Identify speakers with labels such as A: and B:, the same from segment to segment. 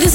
A: this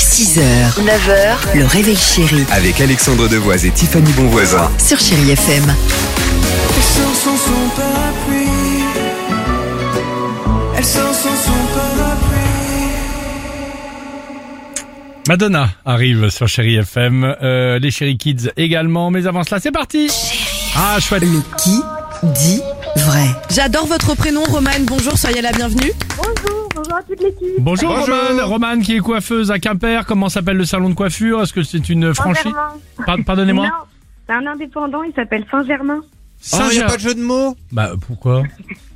B: 6h, 9h, le réveil chéri
C: avec Alexandre Devoise et Tiffany Bonvoisin.
B: sur Chérie FM.
D: Elle sort sans son parapluie. Elle sort sans son parapluie.
E: Madonna arrive sur Chéri FM, euh, les Chéri Kids également, mais avant cela, c'est parti Ah, chouette
B: Le qui dit vrai.
F: J'adore votre prénom, Romane. Bonjour, soyez la bienvenue.
E: Bonjour, Romane Romane qui est coiffeuse à Quimper, comment s'appelle le salon de coiffure Est-ce que c'est une franchise
G: Saint-Germain.
E: Par- Pardonnez-moi
G: Non, c'est un indépendant, il s'appelle Saint-Germain.
H: Ah,
E: Saint-Germain.
H: jeu de mots
E: Bah pourquoi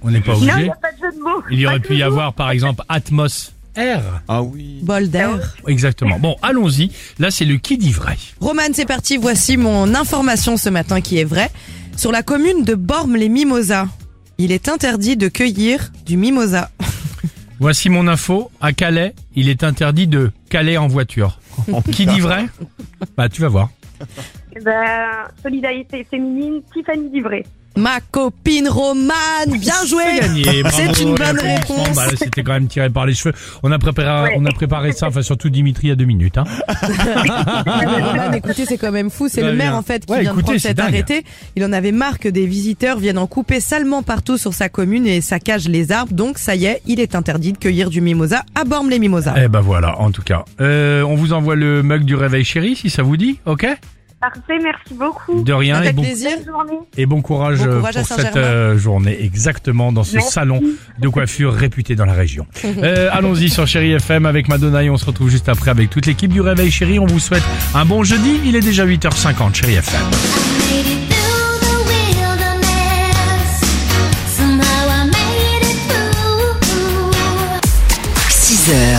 E: On n'est pas
G: Non, il n'y
E: obligé.
G: a pas de jeu de mots.
E: Il y aurait
G: Pas
E: pu y
G: toujours.
E: avoir par exemple Atmos Air.
H: Ah oui.
F: Bol d'air.
E: Exactement. Bon, allons-y. Là, c'est le qui dit vrai.
F: Romane, c'est parti. Voici mon information ce matin qui est vraie. Sur la commune de Bormes-les-Mimosas, il est interdit de cueillir du mimosa.
E: Voici mon info. À Calais, il est interdit de Calais en voiture. qui dit vrai Bah tu vas voir.
G: Eh ben, solidarité féminine, Tiffany Divré.
F: Ma copine Romane, bien
E: C'est
F: joué.
E: gagné, bravo,
F: C'est une
E: les
F: bonne
E: applaudissements.
F: réponse.
E: Bah, là, C'était quand même tiré par les cheveux. On a préparé,
G: Ouais.
E: on a préparé ça, enfin surtout Dimitri à deux minutes. Hein.
F: Romane, écoutez, c'est quand même fou. C'est
E: Très
F: le maire
E: bien.
F: en fait qui
E: Ouais,
F: vient de
E: écoutez,
F: prendre
E: c'est
F: cet
E: dingue.
F: arrêté. Il en avait marre que des visiteurs viennent en couper salement partout sur sa commune et saccagent les arbres. Donc ça y est, il est interdit de cueillir du mimosa à Bormes-les-Mimosas.
E: Eh ben voilà, en tout cas. Euh, on vous envoie le mug du réveil chéri, si ça vous dit, ok
G: Parfait, merci beaucoup.
E: De rien, et
F: Avec
E: bon,
F: plaisir.
G: Bonne journée.
E: et bon courage,
F: Bon
E: euh,
F: courage à
E: pour cette
F: Saint-Germain.
E: euh, journée, exactement, dans ce
G: Merci.
E: salon de coiffure réputé dans la région. Euh, Allons-y sur Chéri FM avec Madonna et on se retrouve juste après avec toute l'équipe du réveil chéri. On vous souhaite un bon jeudi, il est déjà 8h50, Chéri FM.
I: Made it through the wilderness. Somehow I made it through.